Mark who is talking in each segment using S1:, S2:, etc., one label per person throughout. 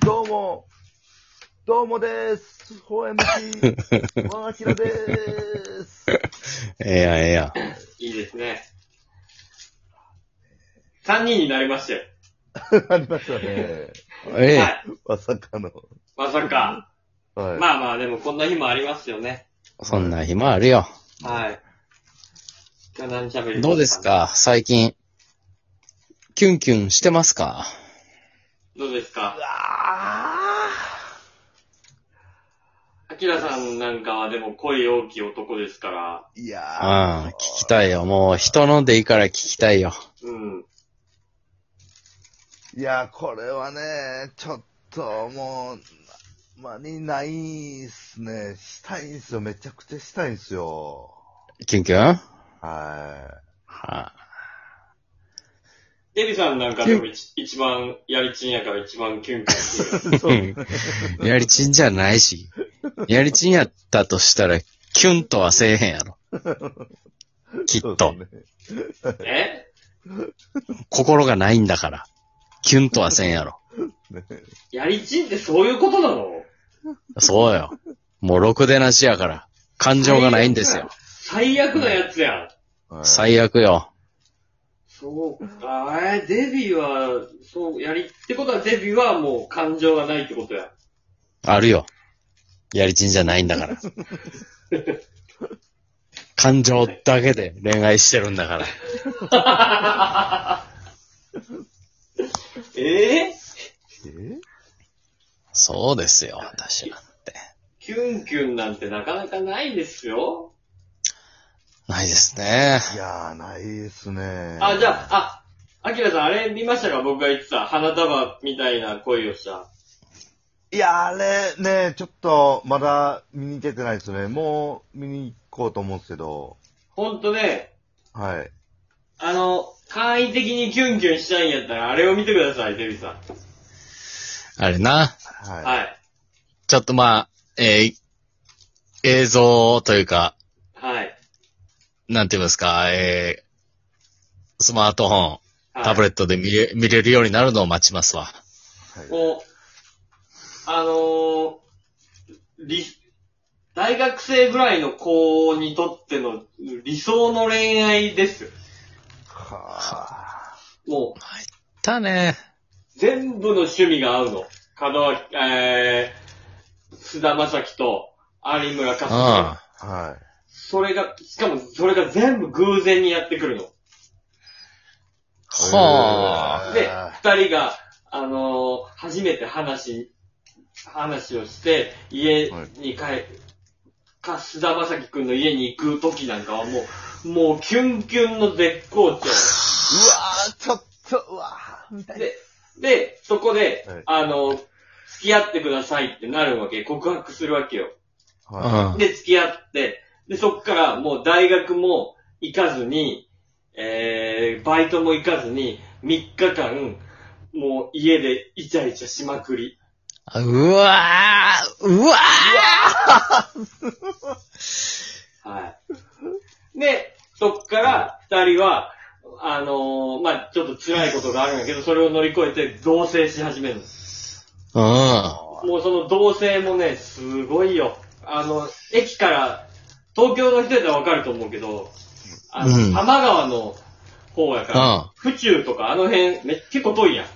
S1: どうも、どうもです。4MC、ワンアキラです。
S2: ええやん、ええやん。
S3: いいですね。3人になりましたよ。
S1: ありましたね。
S2: え
S3: は
S2: え
S3: い。
S1: まさかの。
S3: まさか。
S1: はい。
S3: まあまあ、でもこんな日もありますよね。
S2: そんな暇あるよ。
S3: はい。今日何喋り
S2: どうですか最近。キュンキュンしてますか
S3: どうですか
S1: あ
S3: アキラさんなんかはでも恋大きい男ですから、
S1: ーい
S2: うん、
S1: や
S2: 聞きたいよ。もう人のでいいから聞きたいよ。
S3: うん。
S1: ー、いやー、これはね、ちょっともう、まにないっすね。したいんすよ。めちゃくちゃしたいんすよ。
S2: キュンキュンは
S1: は
S2: あ
S3: デビさんなんかでも一一番、やりちんやから一番キュンキュンするよ。
S1: い。そうね。
S2: やりちんじゃないし。やりちんやったとしたら、キュンとはせえへんやろ。きっ
S1: そう
S2: と。
S1: ね。
S3: え
S2: 心がないんだから。キュンとはせんやろ。
S3: やりちんってそういうことなの
S2: そうよ。もうろくでなしやから。感情がないんですよ。
S3: 最悪なやつやん。
S1: はい
S2: 最悪よ。
S3: そうか、えー、デビューは、そう、やり、ってことはデビューはもう感情がないってことや。
S2: あるよ。やりちんじゃないんだ から。感情だけで恋愛してるんだから。
S3: ええ
S1: え
S2: そうですよ、私なんて。
S3: キュンキュンなんてなかなかないですよ。
S2: ないですね。
S1: いやー、ないですね。
S3: あ、じゃあ、あ、アキラさんあれ見ましたか僕が言ってた花束みたいな恋をした。
S1: いや、あれね、ちょっとまだ見に行けてないですね。もう見に行こうと思うんですけど。
S3: ほんとね、
S1: はい。
S3: あの、簡易的にキュンキュンしたいんやったらあれを見てください、デビさ
S2: あれな。
S3: ん。
S1: は
S3: はい。
S2: ちょっとまあ、えー映像というか、
S3: はい。
S2: なんて言いますか、えースマートフォン、
S3: はい、
S2: タブレットで見れ見れるようになるのを待ちますわ。
S1: い。はい、
S3: もう、あのー、理、大学生ぐらいの子にとっての理想の恋愛ですよ。
S1: は
S3: も
S2: たね。
S3: う、全部の趣味が合うの。門脇、えー、菅田将暉と有村
S2: う
S3: 架
S2: ん。
S3: 純。
S1: あ。はい。
S3: それが、しかもそれが全部偶然にやってくるの。
S2: はあ。
S3: で
S1: あー、
S3: 二人が、あのー初めて話、話をして、家に帰、か、菅田正樹くんの家に行く時なんかはもう、もうキュンキュンの絶
S1: う
S3: 好調。
S1: わー、ちょっと、うわー、みたいな。
S3: で、で、そこで、
S1: はい
S3: あのー付き合ってくださいってなるわけ、告白するわけよ。
S1: は
S2: うん。
S3: で、付き合って、で、そっからもう大学も行かずに、えー、バイトも行かずに、3日間、もう家でイチャイチャしまくり。
S2: うわーうわ
S3: はい。で、そっから二人は、あのーまあ、ちょっと辛いことがあるんだけど、それを乗り越えて同棲し始めるんです。
S2: ー
S3: もうその同棲もね、すごいよ。あの、駅から、東京の人やったらわかると思うけど、あの、
S2: うん
S3: 多摩川の方やから、
S2: うん。うん。
S3: 府中とかあの辺、め結構遠いやん。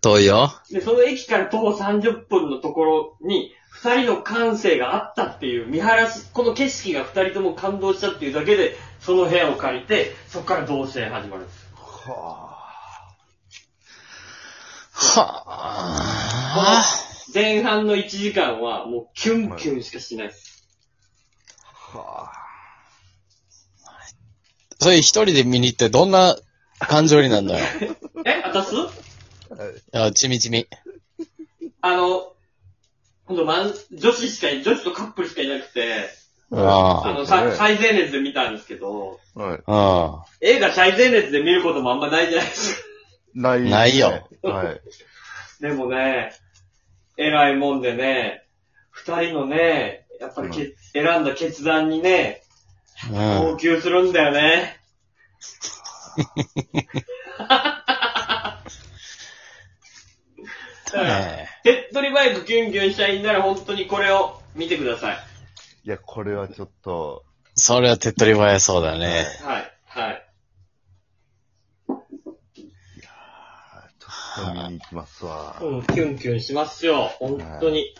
S2: 遠いよ。
S3: で、その駅から徒歩30分のところに、二人の感性があったっていう、見晴らし、この景色が二人とも感動したっていうだけで、その部屋を借りて、そこから同棲始まるんです。
S1: あ。は
S2: は
S3: この
S2: あ。
S3: 前半の1時間は、もうキュンキュンしかしないです。
S1: あ。は
S2: それ一人で見に行ってどんな感情になるのよ。
S3: え、あたす
S1: あ。はい
S2: あ、ちみちみ。
S3: あの、ほんと、まん、女子しかい、女子とカップルしかいなくて、あ
S2: あ
S3: の、
S1: そう
S3: さ
S1: ね
S3: 最前列で見たんですけど、
S1: はい。
S2: あ。
S3: 映画最前列で見ることもあんまないじゃないですか。
S1: ない、
S2: ないよ。
S1: はい。
S3: でもね、偉いもんでね、二人のね、やっぱりけ、選んだ決断にね、
S2: うん。
S3: 号
S2: うん。
S3: 泣するんだよね。だから
S2: ね
S3: 手っ取り早くキュンキュンしたいんなら本当にこれを見てください。
S1: いや、これはちょっと、
S2: それは手っ取り早そうだね。
S3: はい、はい。
S1: あーちょっと見に行きますわ。
S3: うん、キュンキュンしますよ。本当に。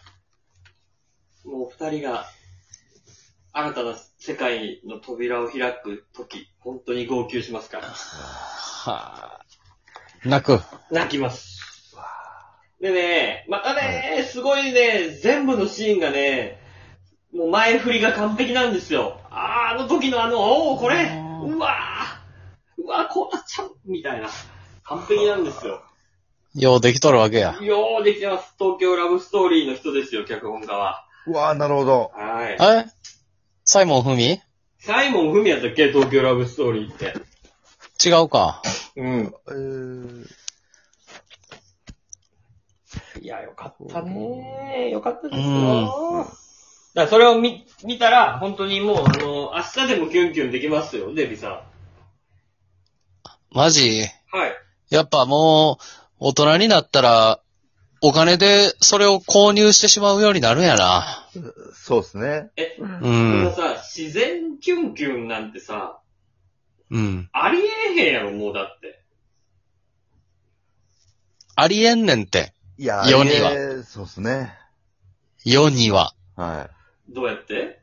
S3: もう二人が新たな世界の扉を開くとき、本当に号泣しますから。
S2: はあ。泣く。
S3: 泣きます。でね、またね、すごいね、全部のシーンがね、もう前振りが完璧なんですよ。あー、あの時のあの、おー、これ、うわー、うわー、こうなっちゃう、みたいな。完璧なんですよ。
S2: ようできとるわけや。
S3: よーできてます。東京ラブストーリーの人ですよ、脚本家は。
S1: うわーなるほど。
S3: はい。
S2: えサイモンフミ
S3: サイモン・フミヤだっけ東京ラブストーリーって。
S2: 違うか。
S3: うん。
S1: えー、
S3: いや、よかったねー。よかったですよ
S2: うん
S3: ー。だからそれを見、見たら、本当にもう、あの、明日でもキュンキュンできますよ、デビさん。
S2: マジ
S3: はい。
S2: やっぱもう、大人になったら、お金でそれを購入してしまうようになるんやな。
S1: そうですね。
S3: え、こ
S2: う
S3: の
S2: ん。
S3: さ、自然キュンキュンなんてさ、
S2: うん。
S3: ありえへんやろ、もうだって。
S2: ありえんねんて。
S1: いや
S2: 世には
S1: えーそうですね。
S2: 世には。
S1: は
S3: どうやって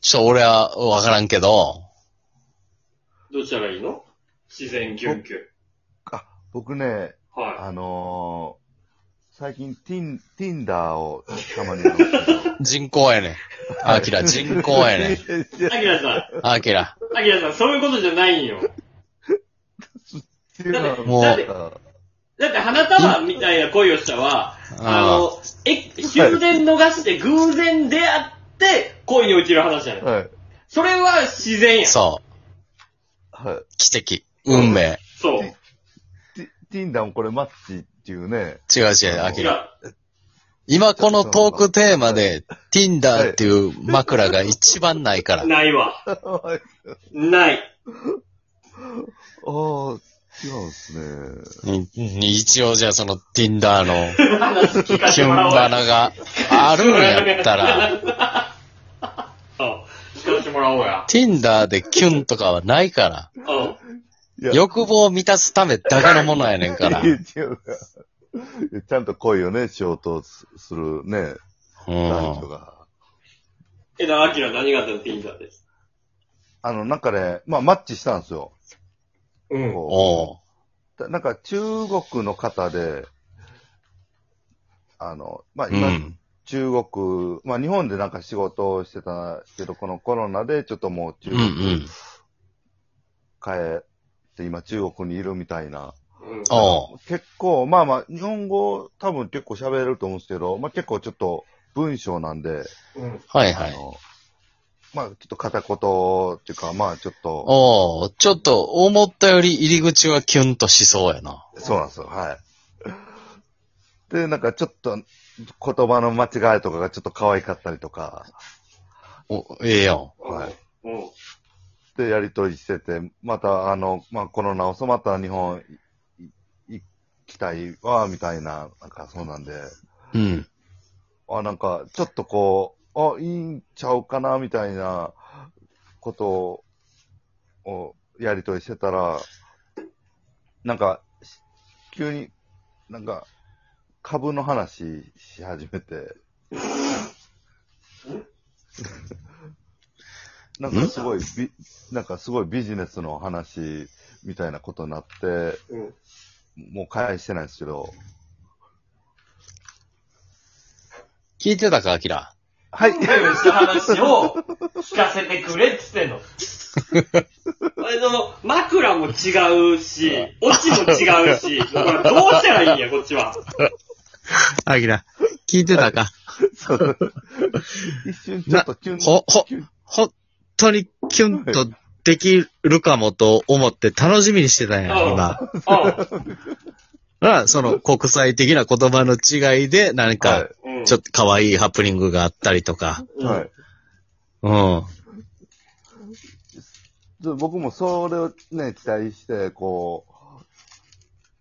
S2: ちょっと俺はわからんけど。
S3: どうしたらいいの自然キュンキュン。
S1: い。あ、僕ね、
S3: は
S1: あのー、最近ティン、ティンダーをたまにやるんですけど。
S2: 人口やねん。アキラ、人口 やねん。
S1: いや
S3: い。アキラさ
S2: アキラ。
S3: ん、アキラさん、そういうことじゃないんよ。
S1: っていうのは
S2: もう
S1: なんか
S3: だって、花束みたいな恋をしたは、あ
S2: あ
S3: の、え、終電逃して偶然出会って恋に落ちる話じゃない。
S1: はい。
S3: それは自然やん。そ
S2: そう。
S1: はい。
S2: 奇跡。運命。
S3: う。
S1: ティティンダーもこれマッチっていうね。
S2: 違う違う、アキ
S3: 違
S2: ラ。
S3: う。
S2: 今このトークテーマで、Tinder っていう枕が一番ないから。
S3: ないわ。
S1: はい
S3: ない。
S1: ああ、違うんですね。
S2: にに一応じゃあその Tinder の
S3: 話聞か
S2: キ
S3: せて
S2: ュン
S3: もらおう
S2: バ
S3: よ。
S2: ナがあるんやったら、
S3: うん聞かせてもらおうや。
S2: Tinder でキュンとかはないから。
S3: うん。
S1: いや
S2: 欲望を満たすためだけのものやねんか ら
S1: い。や違うなちゃんと恋をね、しようとすするね、
S2: う
S1: 男女
S2: ん。
S1: が。
S3: え、な、アキラ何があったのティンダーです。
S1: あの、なんかね、まあ、マッチしたんですよ。
S3: うん。
S1: こ
S2: おう
S1: うなんか、中国の方で、あの、まあ、
S2: う
S1: 今、
S2: ん。
S1: 中国、まあ、日本でなんか仕事をしてたけど、このコロナでちょっともう中
S2: うんう
S1: 国
S2: ん。
S1: 帰って、今中国にいるみたいな。
S3: うん。
S2: おう
S1: 結構、まあまあ、日本語多分結構喋れると思うんですけど、まあ結構ちょっと文章なんで、
S3: うん。
S2: はいは
S1: あ
S2: い。
S1: の、まあ、ちょっと片言っていうか、まあ、ちょっと、
S2: おうちょっと思ったより入り口はキュンとしそうやな。
S1: そうなんですよ、はい。で、なんかちょっと、言葉の間違いとかがちょっと可愛かったりとか、
S2: お、ええやん。
S1: はい
S3: うん。
S1: で、やりとりしてて、また、あの、まあ、コロナ収まったら日本いい行きたいわ、みたいな、なんかそうなんで、
S2: うん。
S1: あ、なんか、ちょっとこう、あ、いいんちゃうかな、みたいなことを、をやりとりしてたら、なんか、し急に、なんか、株の話し始めて、 なんかすごいビ、なんかすごいビジネスの話みたいなことになって、
S3: うん。
S1: もう返してないんですけど、
S2: 聞いてたか、アキラ。
S1: はい
S3: キュンキュンした話を聞かせてくれっつってんの。あれその、枕も違うし、オチも違 うし、これどうしたらいいんや、こっちは。
S2: アキラ、聞いてたか。
S1: そう 一瞬ちょっとキュン、
S2: ほ、ほ
S1: キュン、
S2: 本当にキュンとできるかもと思って楽しみにしてたんや、
S3: うん
S2: 今。
S3: う
S2: が、その国際的な言葉の違いで、何
S1: は
S2: か
S1: い、
S3: ん。うん。
S2: ちょっと可愛いハプニングがあったりとか。
S3: うん
S1: はい。
S2: うん。
S1: ちょっと僕もそれをね、期待して、こ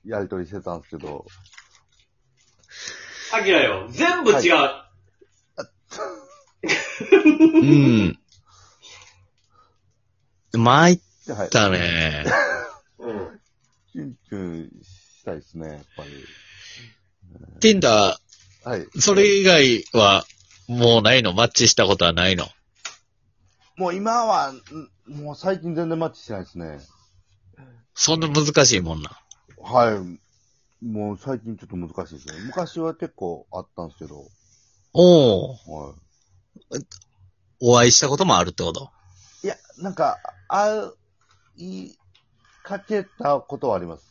S1: う、やりとりしてたんですけど、
S3: アキラよ、全部違う。
S2: うん。参っ
S1: はい。
S2: たね。
S3: うん。
S1: キュンキュンしたいですね、やっぱり。
S2: Tinder、
S1: はい。
S2: それ以外は、もうないのマッチしたことはないの
S1: もう今は、んもう最近全然マッチしないですね。
S2: そんな難しいもんな。
S1: はい。もう最近ちょっと難しいですね。昔は結構あったんですけど。
S2: おお
S1: は
S2: お会いしたこともあるってこと
S1: い。いや、なんか、会いかけたことはあります。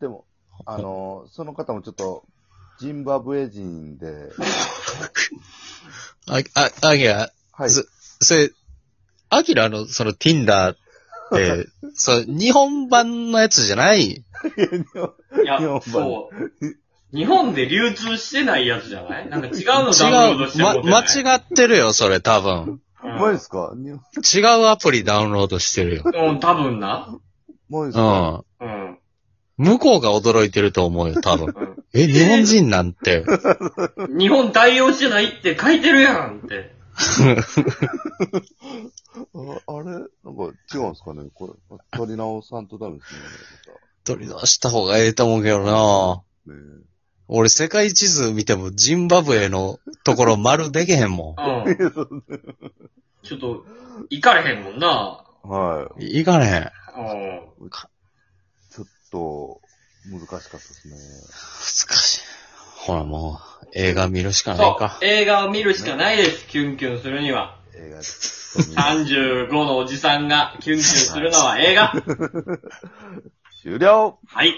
S1: でも、あの、その方もちょっと、ジンバブエ人で、
S2: あ、あ、アキラ、
S1: はい。
S2: ずそれ、アキラのその Tinder って、そう、日本版のやつじゃない
S3: いや
S1: 日本、版
S3: そう。日本で流通してないやつじゃないなんか違うの
S2: 違
S3: ダウンロードし
S2: う、
S3: てること
S2: ま、間違ってるよ、それ多分。
S1: う
S3: う
S1: まい
S3: ん
S1: ですかにう
S2: 違うアプリダウンロードしてるよ。
S3: うん、多分な。
S1: まいです
S2: う
S1: か
S2: ん。
S3: うん。
S2: 向こうが驚いてると思うよ、多 分。え、日本人なんて。
S3: 日本対応してないって書いてるやんって。
S1: ああれなんか違うんですかねこれ、取り直さんとダメですね。
S2: 取り出した方がええと思うけどな
S1: またね
S2: 俺世界地図見てもジンバブエのところ丸でけへんも
S3: うん。 ちょっと、行かれへんもんな。
S1: はい。
S2: ん。いかね
S3: うん。
S1: ちょっと、難しかったですね。
S2: え。難しい。ほらもう、映画見るしかない
S3: そう
S2: か。。
S3: 映画を見るしかないです、キュンキュンするには。
S1: 映画
S3: 35のおじさんがキュンキュンするのは映画。
S1: 終了
S3: はい。